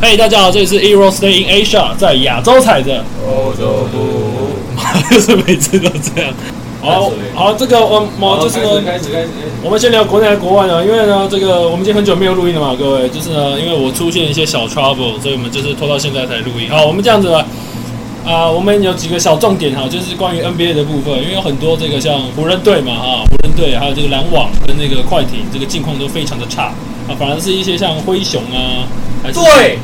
嘿、大家好，这里是 Euro Stay in Asia，在亚洲踩着，欧洲步，妈就是每次都这样。好好，这个我我就是呢，开始开始开始，我们先聊国内和国外呢，因为呢，这个我们已经很久没有录音了嘛，各位，就是嗯呢，因为我出现一些小 trouble，所以我们就是拖到现在才录音。好，我们这样子吧，啊、我们有几个小重点哈，就是关于 NBA 的部分，因为有很多这个像湖人队嘛啊，湖人队还有这个篮网跟那个快艇，这个近况都非常的差啊，反而是一些像灰熊啊，还是对，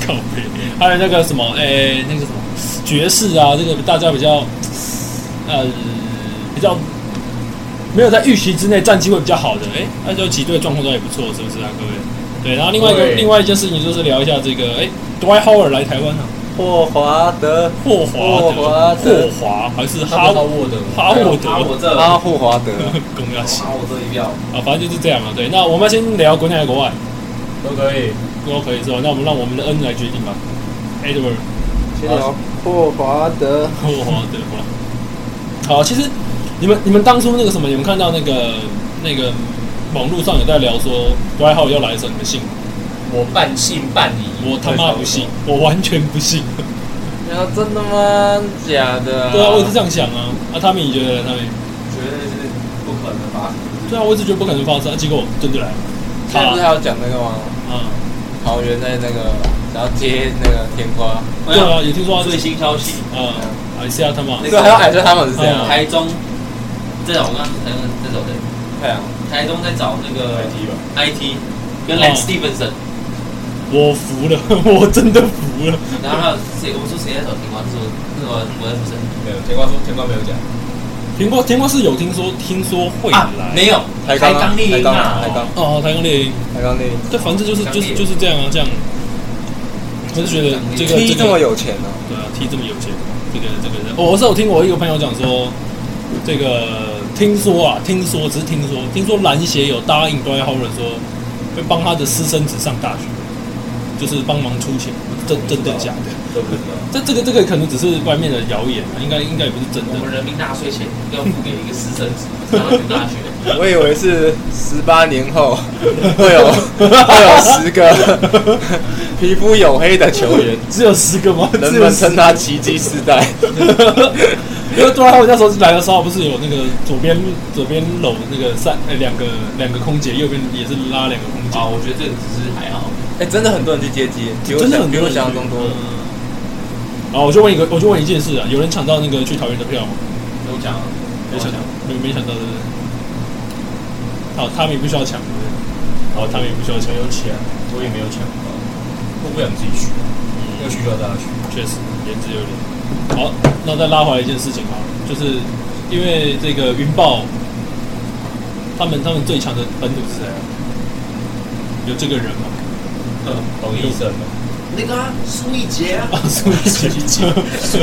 靠背，还有那个什么，哎、那个什么爵士啊，这个大家比较，呃，比较没有在预期之内，战绩会比较好的，哎、那就几队状况都还不错，是不是啊，各位？对，然后另外一个对另外一件事情就是聊一下这个，哎、d w i g h t Howard 来台湾了、啊，霍华德，霍华霍华德德，霍华还是哈他不是沃德，哈沃德哈沃德，阿霍华德，公要写哈沃德一票啊，反正就是这样啊。对，那我们先聊国内还是国外都可以，都可以是吧？那我们让我们的 N 来决定吧，Edward。先聊霍华德。霍华德嘛。 好，其实你们你们当初那个什么，你们看到那个那个网络上有在聊说 d r 要来的时候，你们信吗？我半信半疑，我他妈不信，我完全不 信。然后真的吗？假的、对啊，我也是这样想啊。啊，他们你觉得呢？他们绝对是不可能吧？对啊，我一直觉得不可能发生，啊结果真的来了。现在不是还有讲那个吗？啊，桃园在那个，然后贴那个天花，对啊，也听说他最新消息，啊，还是要他妈那对，还啊有矮在他们是这样嗯。台中啊在找我刚刚台中在找谁？太啊阳，台中在找那个 IT 吧 IT 跟哦 Lance Stevenson，我服了， 我真的服了。然后还有谁？我说谁在找天王？是我是我我也不是没有，甜瓜说甜瓜没有讲，田瓜田瓜是有听说听说会啊来，，没有台台钢钢啊猎鹰啊台，钢哦，台中猎鹰。台钢那对，反正就是就是就是这样啊，这样。我是觉得这个踢这这么个有钱呢、对啊，T 这么有钱，这个这个人，哦我、我是有听我一个朋友讲说，这个听说啊，听说只是听说，听说篮协有答应 d w y h o w a r 说会帮他的私生子上大学，就是帮忙出钱，真真的假的？都不知道，这这个这个可能只是外面的谣言啊，应该应该也不是真我的们。人民纳税钱要付给一个私生 子上了大学，我以为是十八年后会有会有十个皮肤黝黑的球员，只有十个吗？人只有们十称他奇迹世代。因为对啊，我那时候来的时候不是有那个左边左边搂那个三呃两个两个空姐，右边也是拉两个空姐啊，，我觉得这个只是还好，哎、真的很多人去接机，比我真的想很比多我人想象中多。然后我就问一个，我就问一件事啊，有人抢到那个去桃园的票吗？都讲了，没抢到，没没抢到，对不对？好，他们也不需要抢，对不对？好，他们也不需要抢，有钱，我也没有抢到，我不想自己去，要去就要大家去，确实颜值有点。好，那再拉回来一件事情啊，就是因为这个云豹，他们他们最强的本土是谁啊？有这个人吗？嗯，同医生嘛，那个啊，苏一杰 啊， 啊，苏苏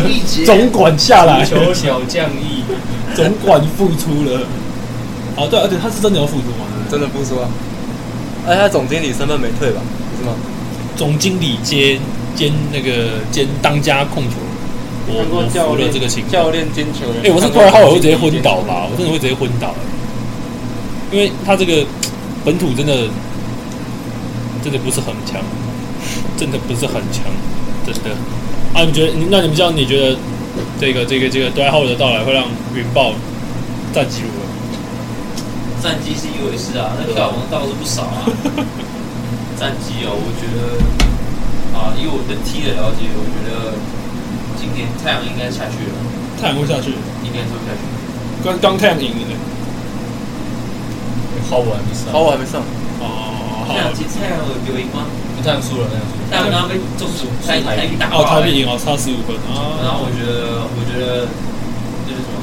一一杰，总管下来，球小将义，总管复出了。哦，对，而且他是真的要复出吗？真的不说、啊。哎，他总经理身份没退吧？是吗？总经理兼兼那个兼当家控球人，我我服了这个情况。教练兼球哎、员。我是突然号，我会直接昏倒吧？我真的会直接昏倒、因为他这个本土真的真的不是很强，真的不是很强，真的。啊，你觉得？那你们知道？你觉得这个这个这个 d w 的到来会让云豹占纪录吗？战绩是一回事啊，那票房倒是不少 啊。战绩哦，我觉得啊，以我对 T 的了解，我觉得今年太阳应该下去了，太阳会下去，应该是会下去。刚刚太阳赢了呢。好玩比赛，好，我还没上。啊哦，太阳其实太阳有有赢吗？太阳输了，太阳输了，太阳刚刚被中暑，才才一打哦，他爆被欸赢哦，差十五分然后啊。我觉得，我觉得那是什么？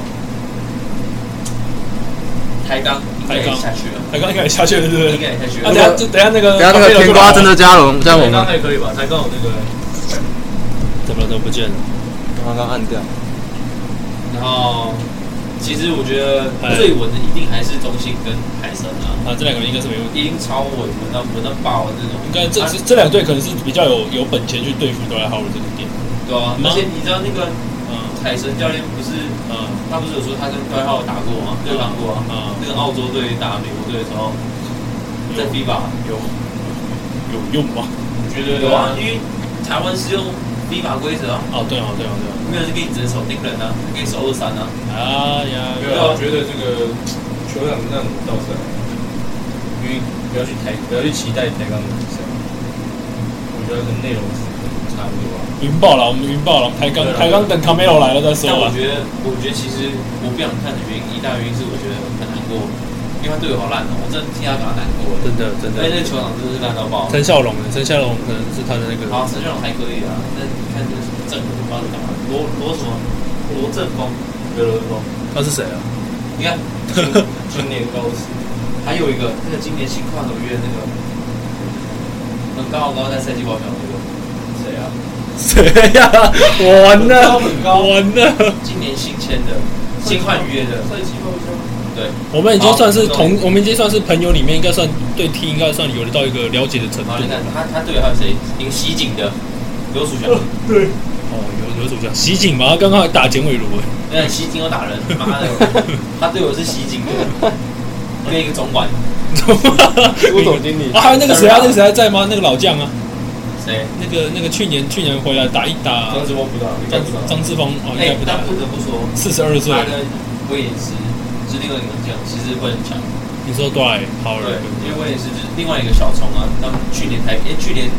抬杠应该也下去了，他刚应该也下去了，对不应对？该也下去啊，了等。下就等下那个等下那个甜瓜真的加龙加我刚吗？还可以吧，才刚有那个，怎么都不见了？刚刚按掉。然后，其实我觉得哎最稳的一定还是中信跟海神啊。啊，这两个人应该是没问题。已经超稳，稳到稳到爆的那种。应该这啊这这两队可能是比较有有本钱去对付德莱豪的这个点。对啊，嗯而且你知道那个嗯海神教练不是嗯，他不是有说他跟高浩打过吗？对打过啊嗯，啊那个澳洲队打美国队的时候，在 FIBA 有有用吗？我觉得有啊，因为台湾是用 v 法规则啊，哦，对哦，对哦，对哦。没有人给你只能守定人啊，给你守二三啊。啊呀，没有啊，我觉得这个球场让我倒是还好，因为不要去抬，不要去期待抬杠的比赛。我觉得跟内容是差不多啊。云爆了，我们云爆了，抬杠对啊抬杠等 Camelo 来了再说但吧。我觉得，我觉得其实我不想看的原因，一大原因是我觉得很难过，因为他对我好烂哦、我真的替他感到难过了。真的真而且哎那个球场真的是烂到爆。陈孝龙，陈孝龙可能是他的那个好，陈俊龙还可以啊，但你看这个什么郑不知道在干嘛，罗罗什么罗振峰，对了，说他是谁啊？你看今年高斯还有一个那个今年新跨合约那个，很高很高在赛季报表那个谁啊？谁呀？我完了，很高我完了。今年新签的，新换约的，赛季报销，对，我们已经算是好同，我们已经算是朋友里面应该算对 T 应该算有到一个了解的程度然。后 你看他他队还有谁？林喜景的，刘楚翔， 对，哦，有有主角袭警嘛？他刚刚还打简伟如哎，那喜景又打人，妈的，他队友是喜景的，跟一个总管副总经理 啊，还有那个谁啊，那个谁还在吗？那个老将啊，谁？那个那个去年去年回来打一打张志峰不大，张张志峰哦，应该哎不，打但，不得不说，四十二岁他，跟威廉斯是另外一个这样，其实会很强。你说对，好对人，因为威廉斯就是另外一个小虫啊，他们去年台，哎、去年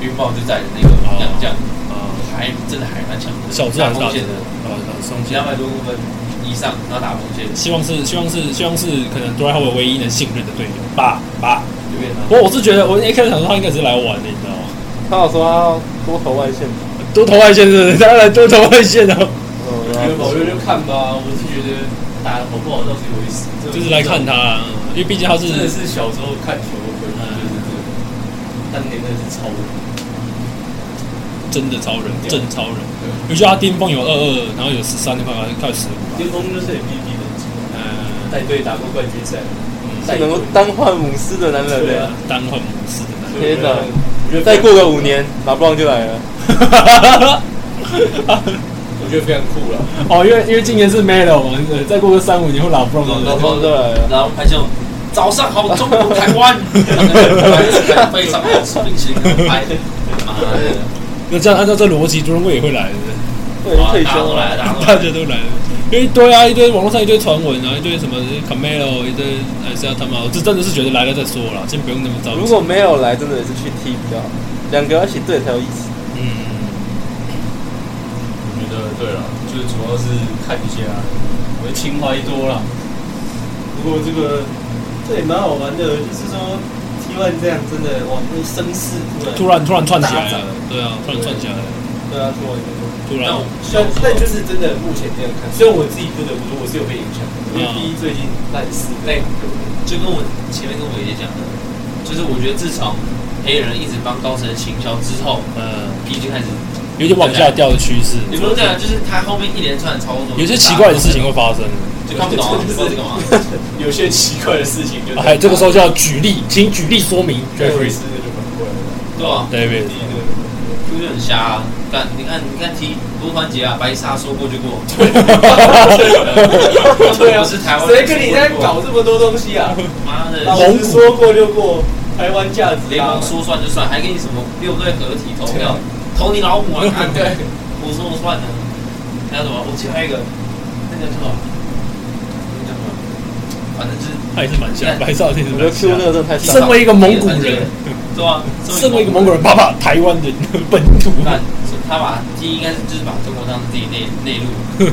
云豹就在的那个哦洋将，啊，还真的还蛮强的，小智还是大打锋智线的，啊，打双两线，百多公分以上，然后打锋线，希望是希望是希望是可能 d r y h o 唯一能信任的队友吧吧。就变不过我是觉得我一开始想说他应该只是来玩的，你知道吗？他有说他要多投外线吧，多投外线是不是，当然多投外线哦，我我觉得保佑就看吧，我啊是觉得打得好不好倒是有意思，就是来看他啊，因为毕竟他是真的是小时候看球的回忆，就是这个。当年那是超人，真的超人，对真超人。对，尤其他巅峰有二二，然后有十三的快快十五。巅峰就是 MVP 等级，呃，带队打过冠军赛，嗯是能够单换五狮的男人对嘞啊。单换模式的男人。天哪我觉得再过个五，年，拉布朗就来了。 我觉得非常酷了。哦，因为因为今年是 Melo 嘛，对再过个三五年会老布朗然了。后对对对然后拍就早上好，中国台湾，非常好吃冰淇淋，拍，妈的，那这样按照这逻辑，朱仁贵也会来的，对，哇退大家休都来了，了。大大家都来了家都来了。因为一堆啊，一堆网络上一堆传闻啊，一堆什么 Camelo，一堆哎是要他妈，我这真的是觉得来了再说啦，先不用那么着急。如果没有来，真的也是去踢比较好，两个要一起对才有意思。嗯，我觉得对了，就是主要是看一下，我的情怀多了。不过这个这也蛮好玩的，就是说 T one 这样真的哇，那声势突然突然突然串起来了，对啊，突然串起来了，对啊，突然就突然那我但但就是真的目前这样看，虽然我自己不得不说我是有被影响的，因为第一最近烂死对，就跟我前面跟我姐讲的，就是我觉得自从黑人一直帮高层行销之后，呃，已经开始，有点往下掉的趋势，也不是这样，就是他后面一连串的操作，有些奇怪的事情会发生。就看不懂啊，不知道在干嘛。有些奇怪的事情就哎，这个时候就要举例，请举例说明。 Jeffrey 斯就蛮怪的，对啊， David，第一个就是很瞎啊！但你看，你看踢多团结啊，白沙说过就过。对啊，不是台湾，谁跟你在搞？这么多东西啊？妈老的，蒙师古说过就过，台湾价值联啊盟说算就算，还给你什么六队合体投票，投你老母啊！对，我说我算了。还有什么？我记得还有一个，那个叫什么？那个叫什么？反正就是他也是蛮像，白少天是我觉得蛮 Q 像那。个真的太身像了。为一个蒙古人，对啊，身为一个蒙古人，爸爸台湾人 本土，那他把第一应该是就是把中国当自己内内陆，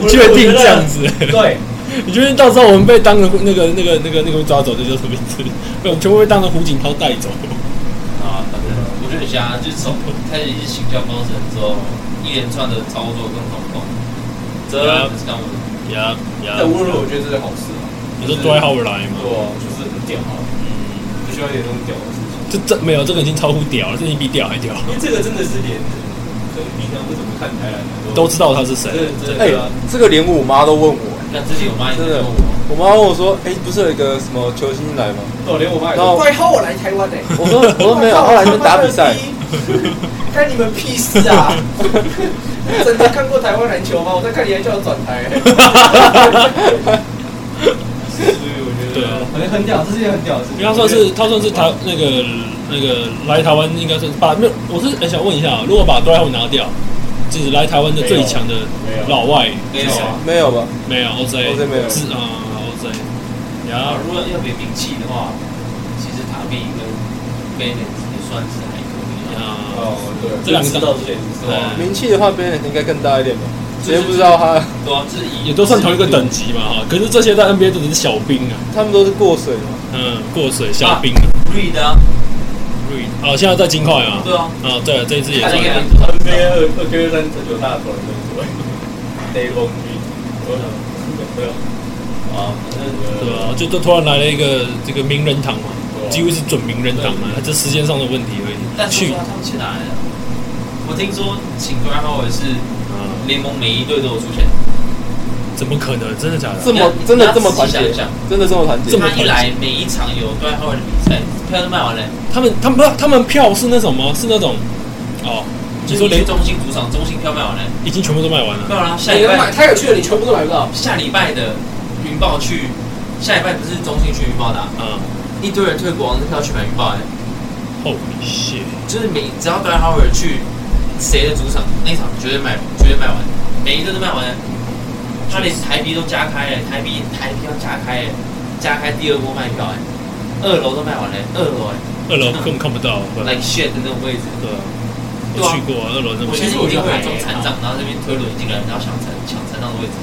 你确定这样子？对，你确定到时候我们被当成那个那个那个那个抓走，这叫什么名字？ 被我们全部被当成胡锦涛带走。啊，反正我觉得很瞎，就是从开始一行销高层之后，一连串的操作跟操控，这是干我呀但无论如何我觉得这是好事啊。你说 d r y h o w a r 来对吗？嗯啊，就是很屌啊，就需要一点这种屌的事情，这这没有，这个已经超乎屌了，这已经比屌还屌，因为这个真的是连可能平常不怎么看台篮的都知道他是谁真。的真哎的啊，，这个连我妈都问我，那之前我妈一直真的问我，，我妈问我说：“哎，不是有一个什么球星来吗哦，连我妈也然后说怪后我来台湾呢、欸？”我说：“我说 没有，后来就打比赛。干你们屁事啊！真的看过台湾 篮球吗？我在看你还叫我转台、欸。所以我觉得对啊，很很屌，这是一件很屌的事情。因为他算是他算是台那个那个来台湾应该算是把没有，我是哎很想问一下，啊如果把哆啦 A 梦拿掉，就是来台湾的最强的没有老外没有啊。没有吧？没有 OJ OJ 没有是啊 OJ，然后啊，如果要比名气的话，其实塔比跟 b e n n e t 也算是还可以啊啊。哦，对，这两个知道这些知嗯道啊。对名气的话，别人应该更大一点吧？就是谁不知道他，对啊，就是以也都算同一个等级嘛哈，可是这些在 NBA 都只是小兵啊，他们都是过水嘛？嗯，过水小兵啊， Reed 啊，哦，现在在金块嘛，对啊，啊，对了，这一支也看算那个他们那个二二 Q 三这九大头人对，Day Long G，我想，对啊，啊，反正对啊，就都突然来了一个这个名人堂嘛对，啊几乎是准名人堂嘛，这时间上的问题而但已。是去说他们去哪来的？我听说请 g r a h a 是啊，联盟每一队都有出现，怎么可能？真的假这的？么真的这么团结你要仔细想想，真的这么团结这？么他一来每一场有 g r a h a 的比赛，票都卖完了。他们他们不是他们票是那种吗？是那种哦，你说连连中心主场中心票卖完了，已经全部都卖完了卖完了，下每礼个买拜太有趣了，你全部都买不到。下礼拜的云豹去，下礼拜不是中心去云豹打，啊一堆人退国王的票去买云豹哎、 ，Holy shit！就是每只要 d r a h a 去谁的主场那场绝对卖绝对卖完，每一队都卖完了。他连台币都加开了，台币台币要加开了，加开第二波卖票哎、二楼都卖完了、二楼哎、二楼根本看不到，对 like shit 的那种位置。对啊，我去过啊二楼那我边相信一定会有中残障，然后这边推轮进来，然后想残抢残障的位置。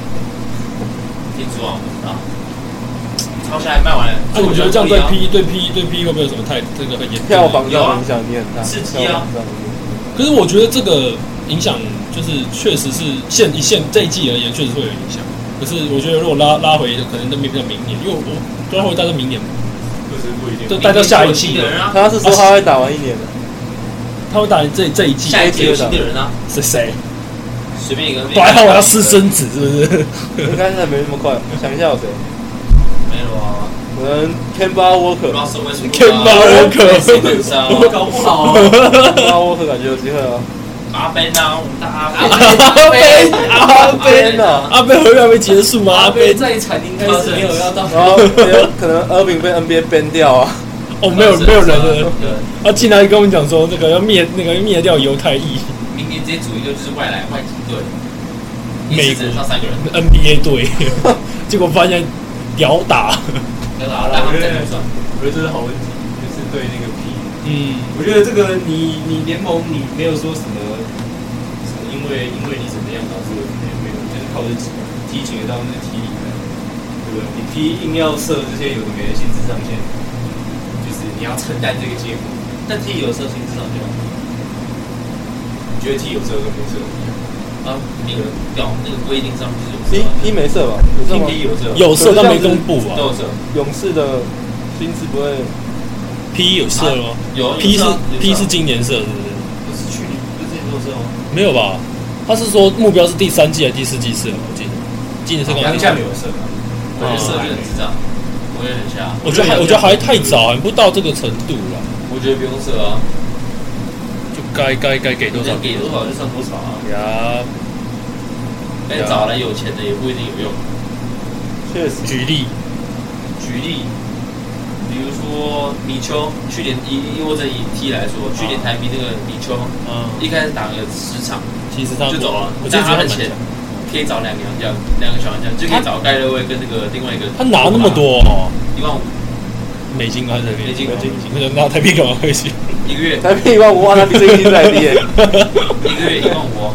听说啊，我不知道。抄下来卖完了。那哎我觉得这样对 P E 对 P 对 P 会不会有什么太这个很严重的票房上影响也很大，刺激啊票房上影响可是我觉得这个影响就是确实是现一现这一季而言确实会有影响。可是我觉得如果拉拉回可能都没比较明年，因为我我都拉回待到明年嘛，就是不一定。就待到下一季的人了。啊，他是说他会打完一年的，他会打这这一季下一季有新的人啊，是谁？随便一个。短号我要私生子是不是？啊 应该是没那么快。想一下有谁？没有啊可能 Kemba Walker，Kemba ，Russell Kemba Walker Westbrook 啊搞不好 Walker 感觉有机会啊。阿 Ben 啊，我们大阿阿阿 Ben 贝阿阿贝呢？ 阿贝合约还没结束吗？阿阿贝贝再惨应该是没有要到。然后也有可能 Irving 被 NBA ban 掉啊。哦没有没有人了，对他进来跟我们讲说这个要灭那个灭掉犹太裔明年直接组一队就是外来外籍队，一次只能上三个人， NBA 队， 结果发现屌打，要打 打他们再怎么算。我觉得这是好问题，就是对那个 P。嗯，我觉得这个你你联盟你没有说什么什么，因为因为你怎么样导致我怎么样没有，就是靠着踢球到那个踢里面，对不对？你踢硬要设这些有的没的薪资上限，就是你要承担这个结果。但 T 有色情至少就你觉得踢有设跟没设一样？啊，那个表那个规定上面就是有 P 色啊 P 没射吧？有射吗？踢有设，有色但没公布啊都。有色，勇士的薪资不会 P 有色吗？有啊 P 有是色啊有色啊 P 是今年色是不不是去年不是之前都有色吗？是？没有吧？他是说目标是第三季还是第四季色？我记得今年是刚当下没有设啊，我觉得色就很智障，我也很瞎，我觉得还我觉得还太早，还不到这个程度了，我觉得不用色啊，就该该该给多你少能给多少就算多少啊，呀？但找来有钱的也不一定有用。确实举例，举例，比如说米丘，去年以以我这以 T 啊来说，去年台币那个米丘嗯，一开始打了十场其实他啊就走了我，记得但他他蛮的钱强可以找两个洋将，两个小洋将就可以找盖勒威跟那个另外一个，他拿那么多哦一万五美金还是美金美金，美金拿台币干嘛回去？一个月，台币一万五，哇，那比这一季再低耶。一个月一万五哦，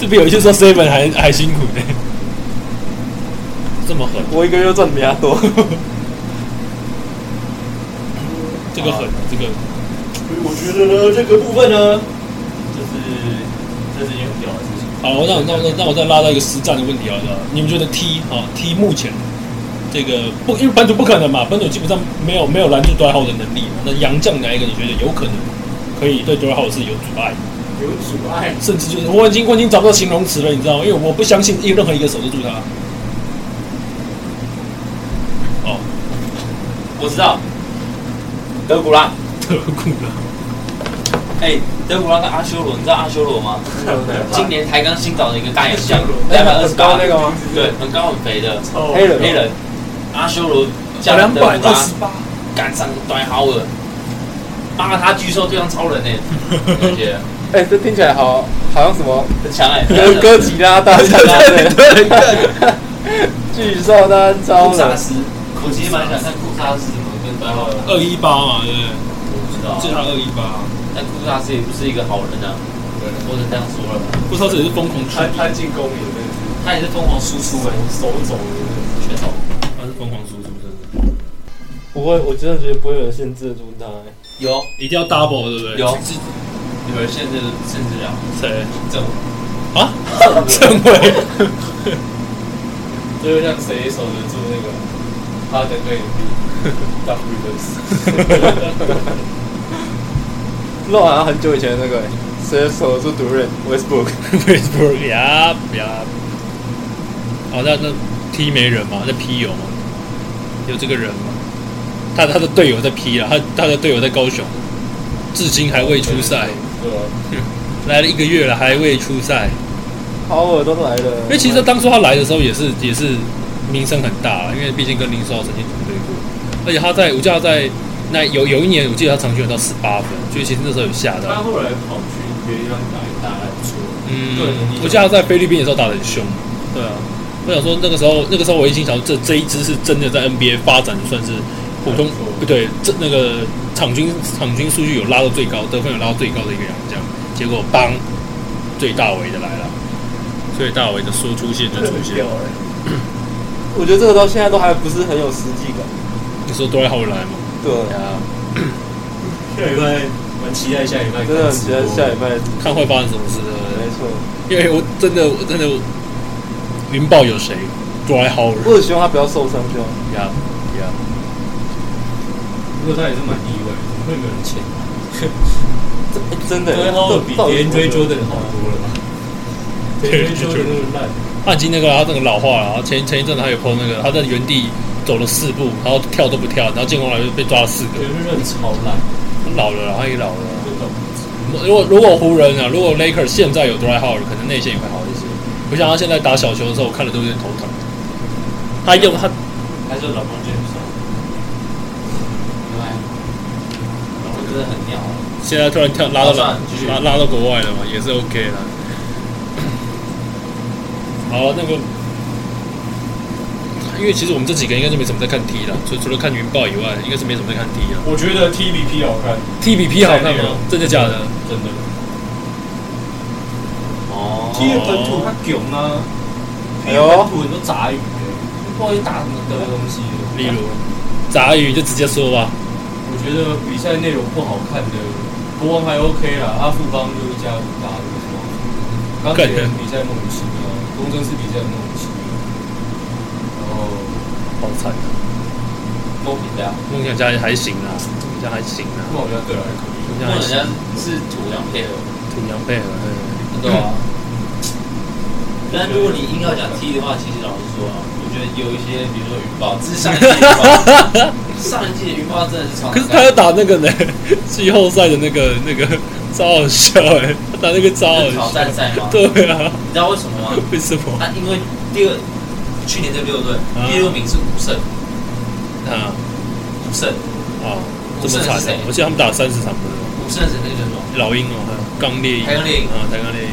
这比有些说 seven 还还辛苦呢，这么狠，我一个月赚比他多。这个狠，这个所以我觉得呢，这个部分呢，就是这是一件很屌的事情。好，那我那那那我再拉到一个实战的问题好了，你们觉得 T 啊 T 目前这个不因为本土不可能嘛，本土基本上没有没有拦住 d r 的能力嘛，那杨将哪一个你觉得有可能可以对 d r 是有阻碍，有阻碍，甚至就是我已经我已经找不到形容词了，你知道吗？因为我不相信一任何一个守得住他。哦，我知道，德古拉，特库了，哎，德古拉跟阿修罗，你知道阿修罗吗？今年台钢新找的一个大哎洋将，两百二十高八那个吗？对，很高很肥的哦黑人哦黑人，阿修罗加兰德228拉赶上短好了，妈他巨兽对上超人 呢、而且哎、这听起来好好像什 么很强哎、 哥哥吉拉大战之类的 巨兽大战超库人萨，斯，我其实蛮想看库萨斯怎么跟短好的，二一八嘛，对不对？我不知道最啊，大二一八，但库萨斯也不是一个好人啊，我只能这样说了，不知道这也是疯狂出他力，他进攻也是他也是疯狂输出哎、手肘也拳头他是疯狂输出，真的不会，我真的觉得不会有人限制得住他、哎有一定要 double，对不对？有是有人限制限制了谁这种，啊？政委，这就像谁守得住那个哈登跟 d u Rivers，肉好像很久以前的那个哎谁守得住独人 Westbrook， Westbrook 呀呀，好像那 P 没人嘛，那 P 有吗？有这个人吗？他他的队友在 P 啊，他他的队友在高雄，至今还未出赛，对啊吧？来了一个月了还未出赛。好尔都来因为了，其实当初他来的时候也是也是名声很大，因为毕竟跟林书豪曾经组队过，而且他在我记得他在那有有一年我记得他场均有到十八分，所以其实那时候有吓他到。后来跑去别地方打打篮球，嗯对你，我记得他在菲律宾的时候打得很凶。对啊，我想说那个时候那个时候我一心想这这一支是真的在 NBA 发展算是普通没错不对，这那个场均场均数据有拉到最高，得分有拉到最高的一个洋将，结果帮最大为的来了，所以大为的说出现就出现。我觉得这个到现在都还不是很有实际感，你说多爱好来吗？对，啊。下礼拜蛮期待下礼拜，真的很期待下礼拜，看会发生什么事，对没错，不对因为我真的，我真的，云豹有谁？Dry h o w 我很希望他不要受伤就好。呀呀，不过他也是蛮意外，怎么会没有人签？真哎真的对，耶，然后比到底 d n 是怎么 j Jordan 好多了吧 d DeAndre n j Jordan 那么烂，他已经那个他那个老化了啊。前前一阵子他有 PO 那个，他在原地走了四步，然后跳都不跳，然后进攻来就被抓了四个 d，n j Jordan 超烂，老了啦，他也老了啦。真的。如果如果湖人啊，如果 Laker 现在有 Dry h o w 可能内线也会好一些。我想他现在打小球的时候，我看了都有点头疼。他用他还是老公 James 啊，另外，哎老公真的很鸟啊，现在突然跳拉到好拉算了继续拉拉到国外了嘛，也是 OK 啦。 好，那个，因为其实我们这几个应该是没什么在看 T 了，除除了看云豹以外，应该是没什么在看 T 了。我觉得 T B P 好看， T 比 P 好看在内吗容？真的假的？真的。哦 T 的本土他囧啊，T 哎的呦本土很多杂鱼欸，不知道打什么的东西的。例如杂鱼就直接说吧。我觉得比赛内容不好看的，国王还 OK 啦，阿富邦就是加五打的什么，钢铁人比赛莫名其妙，工程师比赛莫名其妙，然后好惨啊！公平的啊，梦想家也还行啦，梦想家还行啦，不好像对来可以，梦因想家还为人行家。是土洋配合，土洋配合，对吧？但如果你硬要讲 T 的话，其实老实说啊，我觉得有一些，比如说云豹，只是上一届的云豹，上一届的云豹真的是超可是他要打那个呢， 季后赛的那个那个超好笑哎、他打那个超好挑笑。战赛吗？对啊，你知道为什么吗？啊为什么他因为第二去年的六队啊，第六名是五胜，啊五胜，啊这么惨五胜是谁啊？我记得他们打三十场不是五胜是那个叫什么？老鹰哦，刚烈鹰，台钢猎鹰啊，台钢猎鹰，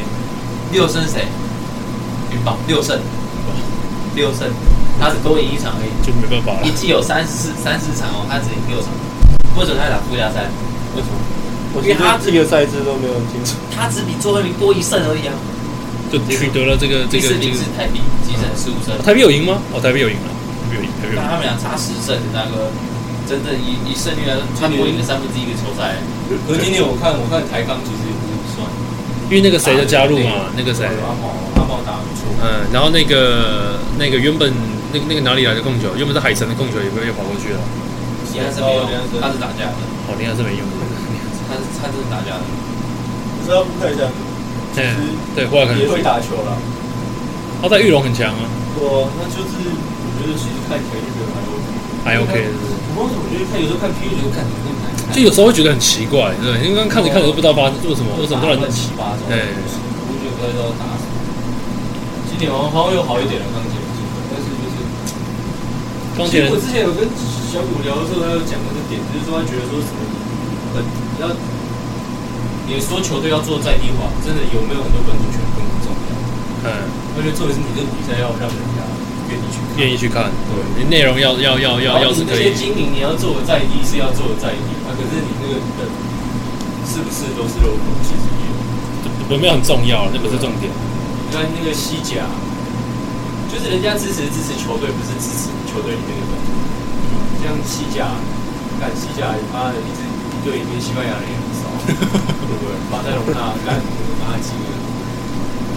六胜是谁？云豹六胜，六胜，他只多赢一场而已。就没办法一了。季有三四三四场哦，他只赢六场，为什么他打附加赛？为什么？我觉因为他得这个赛制都没有很清楚。他只比最后一名多一胜而已啊！就取得了这个这第个四这名个是。台币，几胜十五胜嗯哦，台北有赢吗？哦，台北有赢了，台北有赢，台北有那赢。他们俩差十胜，那个真正以以胜率来说，他们赢了三分之一个球赛。可是今年我看我看台钢其实也不是不算，因为那个谁的加入嘛，啊那个谁，阿毛阿毛打得不错，嗯，然后那个那个原本那个那个哪里来的控球，原本是海神的控球，也被又跑过去了。其他是没有，他是打架的，哦，你还是没用的。他是他是打架的。不知道不太讲，嗯，对，后来可能也会打球啦。他在玉龙很强啊，我那就是我觉得其实看起来就觉得还还 OK，OK 是不是我我觉得看有时候看 P 就看你更难看，就有时候会觉得很奇怪，对，因为刚刚看着看着都不知道发做什么，为什么突然乱七八糟。对我觉得都打死。今年好像好像又好一点了，刚结束，但是就是钢铁其实人我之前有跟小谷聊的时候，他有讲过这点，就是说他觉得说什么本要，你说球队要做在地化，真的有没有很多本土球员更不重要，嗯，而且重点是你这个比赛要让人家愿意去看。愿意去看，对，你内容要要要要要是可这以些，经营你要做的在地是要做的在地，啊，可是你那个人是不是都是 local，其实也有。有没有很重要，那不是重点。你看那个西甲，就是人家支持支持球队，不是支持球队里面的人。像西甲，干西甲，妈的，一支一队里面西班牙人也很少，对不对？巴塞隆纳啊干哪几个？啊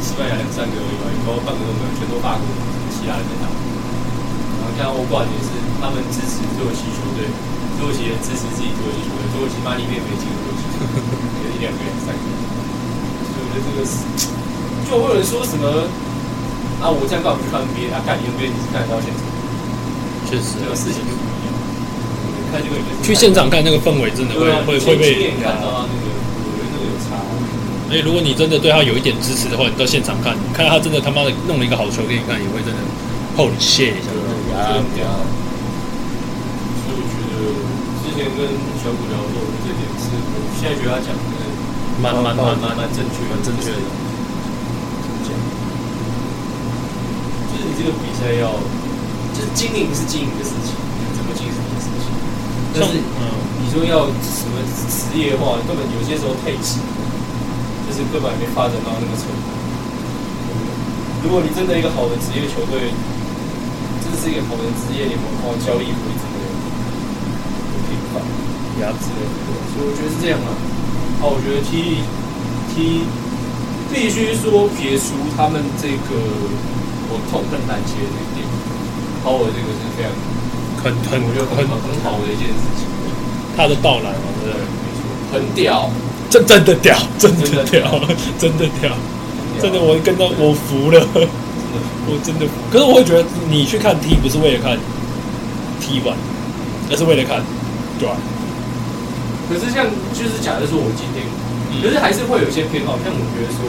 西班牙两三个而已吧，然后半个都没有，全都法国、希腊人在打。然后看欧冠也是，他们支持土耳其球队，土耳其人支持自己土耳其球队，土耳其班里面没几个土耳其球队，有一两个、两三个。所以我觉得这个是，就会有人说什么啊，我这样干嘛不去看 NBA？啊，看 NBA 你是看得到现场，确实啊这，个事情就不一样。看这个也是去现场看那个氛围真的对会啊，会会亲被眼。看到啊，那个我觉得那个有差。所以如果你真的对他有一点支持的话，你到现场看，看他真的他妈的弄了一个好球给你看，也会真的后你谢一下。啊，对啊。所以我觉得之前跟小谷聊过，我觉得这点是我现在觉得他讲的蛮蛮蛮蛮蛮蛮蛮正确，蛮正确的。怎么讲？就是你这个比赛要，就是经营是经营的事情，怎么经营是你的事情。但像是嗯，你说要什么职业化，根本有些时候配置，就是根本还没发展到那个程度。如果你真的一个好的职业球队，真的是一个好的职业联盟的话，交易会真的很频繁。呀之类的，所以我觉得是这样啊。啊，我觉得 T T 必须说撇除他们这个我痛恨难接的这一点，好，我这个是非常很很我觉得很很很很好的一件事情，他的到来嘛，对不对？很屌，真真的屌， 真的屌，真的屌，真的我跟到我服了，真的我真的服。可是我会觉得你去看 T 不是为了看 T 吧，而是为了看，对吧？可是像就是假设说我今天，可是还是会有一些偏好，像我觉得说，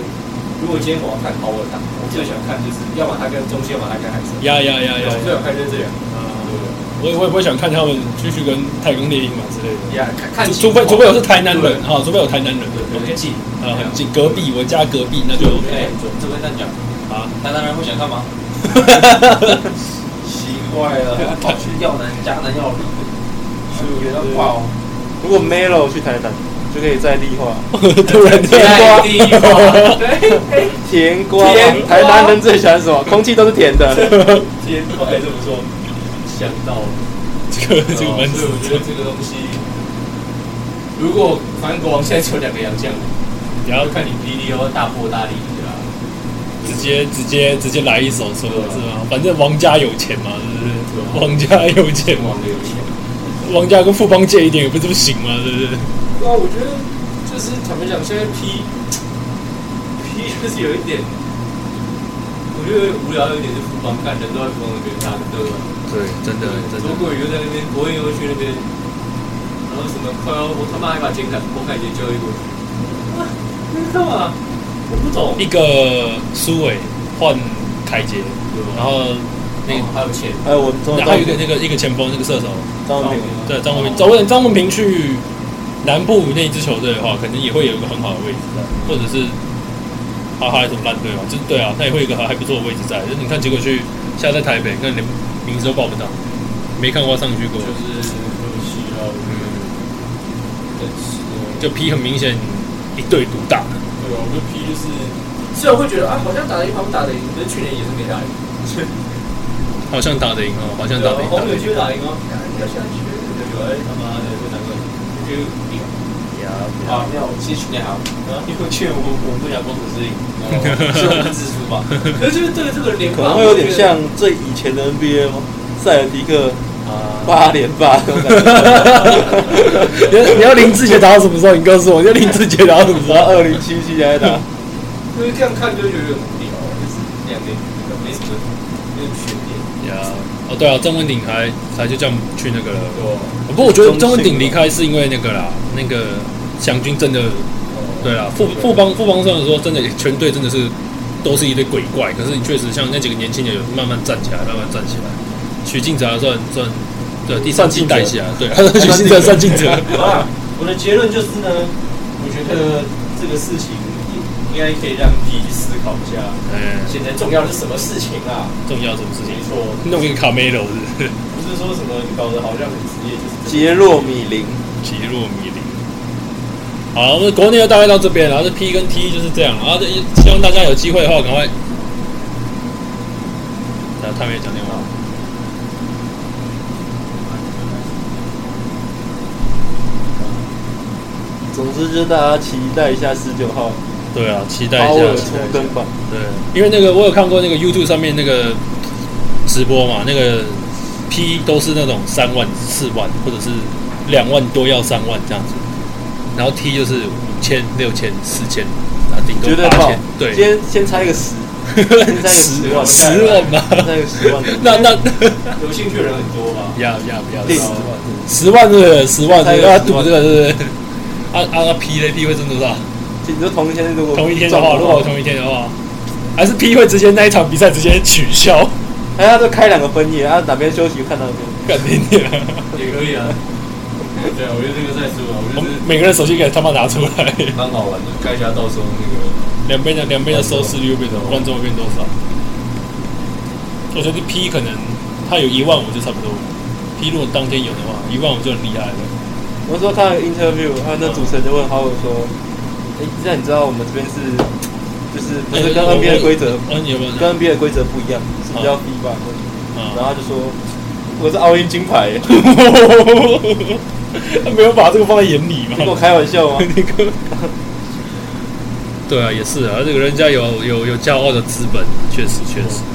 如果今天我要看好我打，我最想看就是要么他跟中线，要么他跟海参。呀呀呀呀！我最想看就是这两个，对不我也我也不会想看他们继续跟太空猎鹰嘛之类的。对？呀，看看哦除情除非况除非我是台南人，哈，除非我台南人，对对对 OK，近啊，很近，隔壁我家隔壁，那就就 OK 哎，这边这样讲， 啊。 台南人会想干嘛？奇怪了，跑去要南加南要李，所以我觉觉得得哇，哇，如果 Melo 去台南，就可以在立化突然 甜啊瓜，对，甜瓜甜瓜台南人最喜欢什么？空气都是甜的。天快这么说，想到了。这个这个蛮所以哦我觉得这个东西，如果反正国王现在只有两个洋将，然然后后看你霹雳要不要大破大立的啊啦。直接直接直接来一首什么对啊是吧？反正王家有钱嘛，对啊是不是？王家有钱嘛，王的有钱。王家跟富邦借一点也不是不行嘛，是不是？对啊，我觉得就是坦白讲，现在 P P 就是有一点，我觉得无聊有一点是富邦干，人都在富邦那边打，对吧？对，真的周国宇又在那边，国运又去那边，然后什么快要我他妈还把简凯我凯杰交易过去，啊，那是干嘛？我不懂。一个苏伟换凯杰，然后那哦还有钱，还有我们中然后还有一个那个一个前锋那个射手，张文平，对张文平，张文张文平去南部那一支球队的话，可能也会有一个很好的位置在，或者是哈哈什么烂队嘛，就是对啊，他也会有一个还还不错的位置在。就是你看结果去下在台北，那连名字都报不到，没看过他上去过就，是可惜啊，我觉得。但是呢呃就 P 很明显一队独大，对啊，我觉得 P 就是虽然会觉得啊，好像打得赢，好像打得赢，可是去年也是没打赢，好像打得赢哦，好像打得赢，打红得牛赢去打赢哦，打人家下去，对吧？哎他妈的，不难怪，就赢啊，没有，其实去年还好，啊，因为去年我我不想公主之赢，是我们自出吧。可是就是这个这个联可盟能会有点像最以前的 NBA 哦，塞尔迪克啊，八连霸那种感觉，你要你要林志杰打到什么时候？你告诉我，你要林志杰打到什么时然啊候？后二零七七来打，就是这样看就觉得很无聊，就是两个没什么没有悬念，呀，哦对啊，张文鼎还还就这样去那个了。对吧？不过我觉得张文鼎离开是因为那个啦，那个祥军真的，对啦，富富邦富邦虽然说真的全队真的是都是一堆鬼怪，可是你确实像那几个年轻人有慢慢站起来，慢慢站起来。许晋哲算算对第算三季晋哲代谢啊，对， 许晋哲算晋哲，好啦，我的结论就是呢，我觉得这个事情应该可以让自己去思考一下，嗯，现在重要是什么事情啊？重要什么事没情？错，弄一个卡梅罗是不是不是说什么你搞得好像很职业，就是杰洛米林，极弱迷离。好，那国内就大概到这边了，然后这 P 跟 T 就是这样，然后这希望大家有机会的话，赶快。他他没有讲电话。总之就是大家期待一下十九号对啊，期待鲍一下尔。出登板，对，因为那个我有看过那个 YouTube 上面那个直播嘛，那个 P 都是那种三万、四万，或者是两万多要三万这样子，然后 T 就是五千、六千、四千，啊，顶绝多对八爆千，。对，今天先猜个十，先猜个十十万，十万吧。先猜个十万的， 那那有兴趣的人很多吧？要要不要第十十万？万，十万是不是十万还是有不是，要十赌万这个对不对？啊啊啊 P 嘞 P 会挣多少？你说同一天如果同一天的话，撞如果同一天的话，还是 P 会直接那一场比赛直接取消，哎，他都开两个分页，他哪边休息看到哪干边。你娘！也可以啊。对啊，我觉得这个再说啊，我觉我得们这每个人手机给他妈拿出来，蛮好玩的，看一下到时候那个两边的两边的收视率会变多少，观众会变多少？我觉得 P 可能他有一万五就差不多，P 如果当天有的话，一万五就很厉害了。我说他有 interview，他那主持人就问好友说：“哎、那你知道我们这边是，就是不是跟哎 NBA 的规则，我我你有没有？跟 NBA 的规则不一样，是比较 FIBA 的。”然啊，后他就说：“我是奥运金牌耶，他没有把这个放在眼里嘛？你跟我开玩笑吗 那个，对啊，也是啊，这个人家有有有骄傲的资本，确实确实。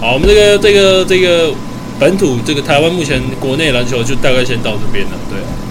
好，我们这个这个这个本土这个台湾目前国内篮球就大概先到这边了，对啊。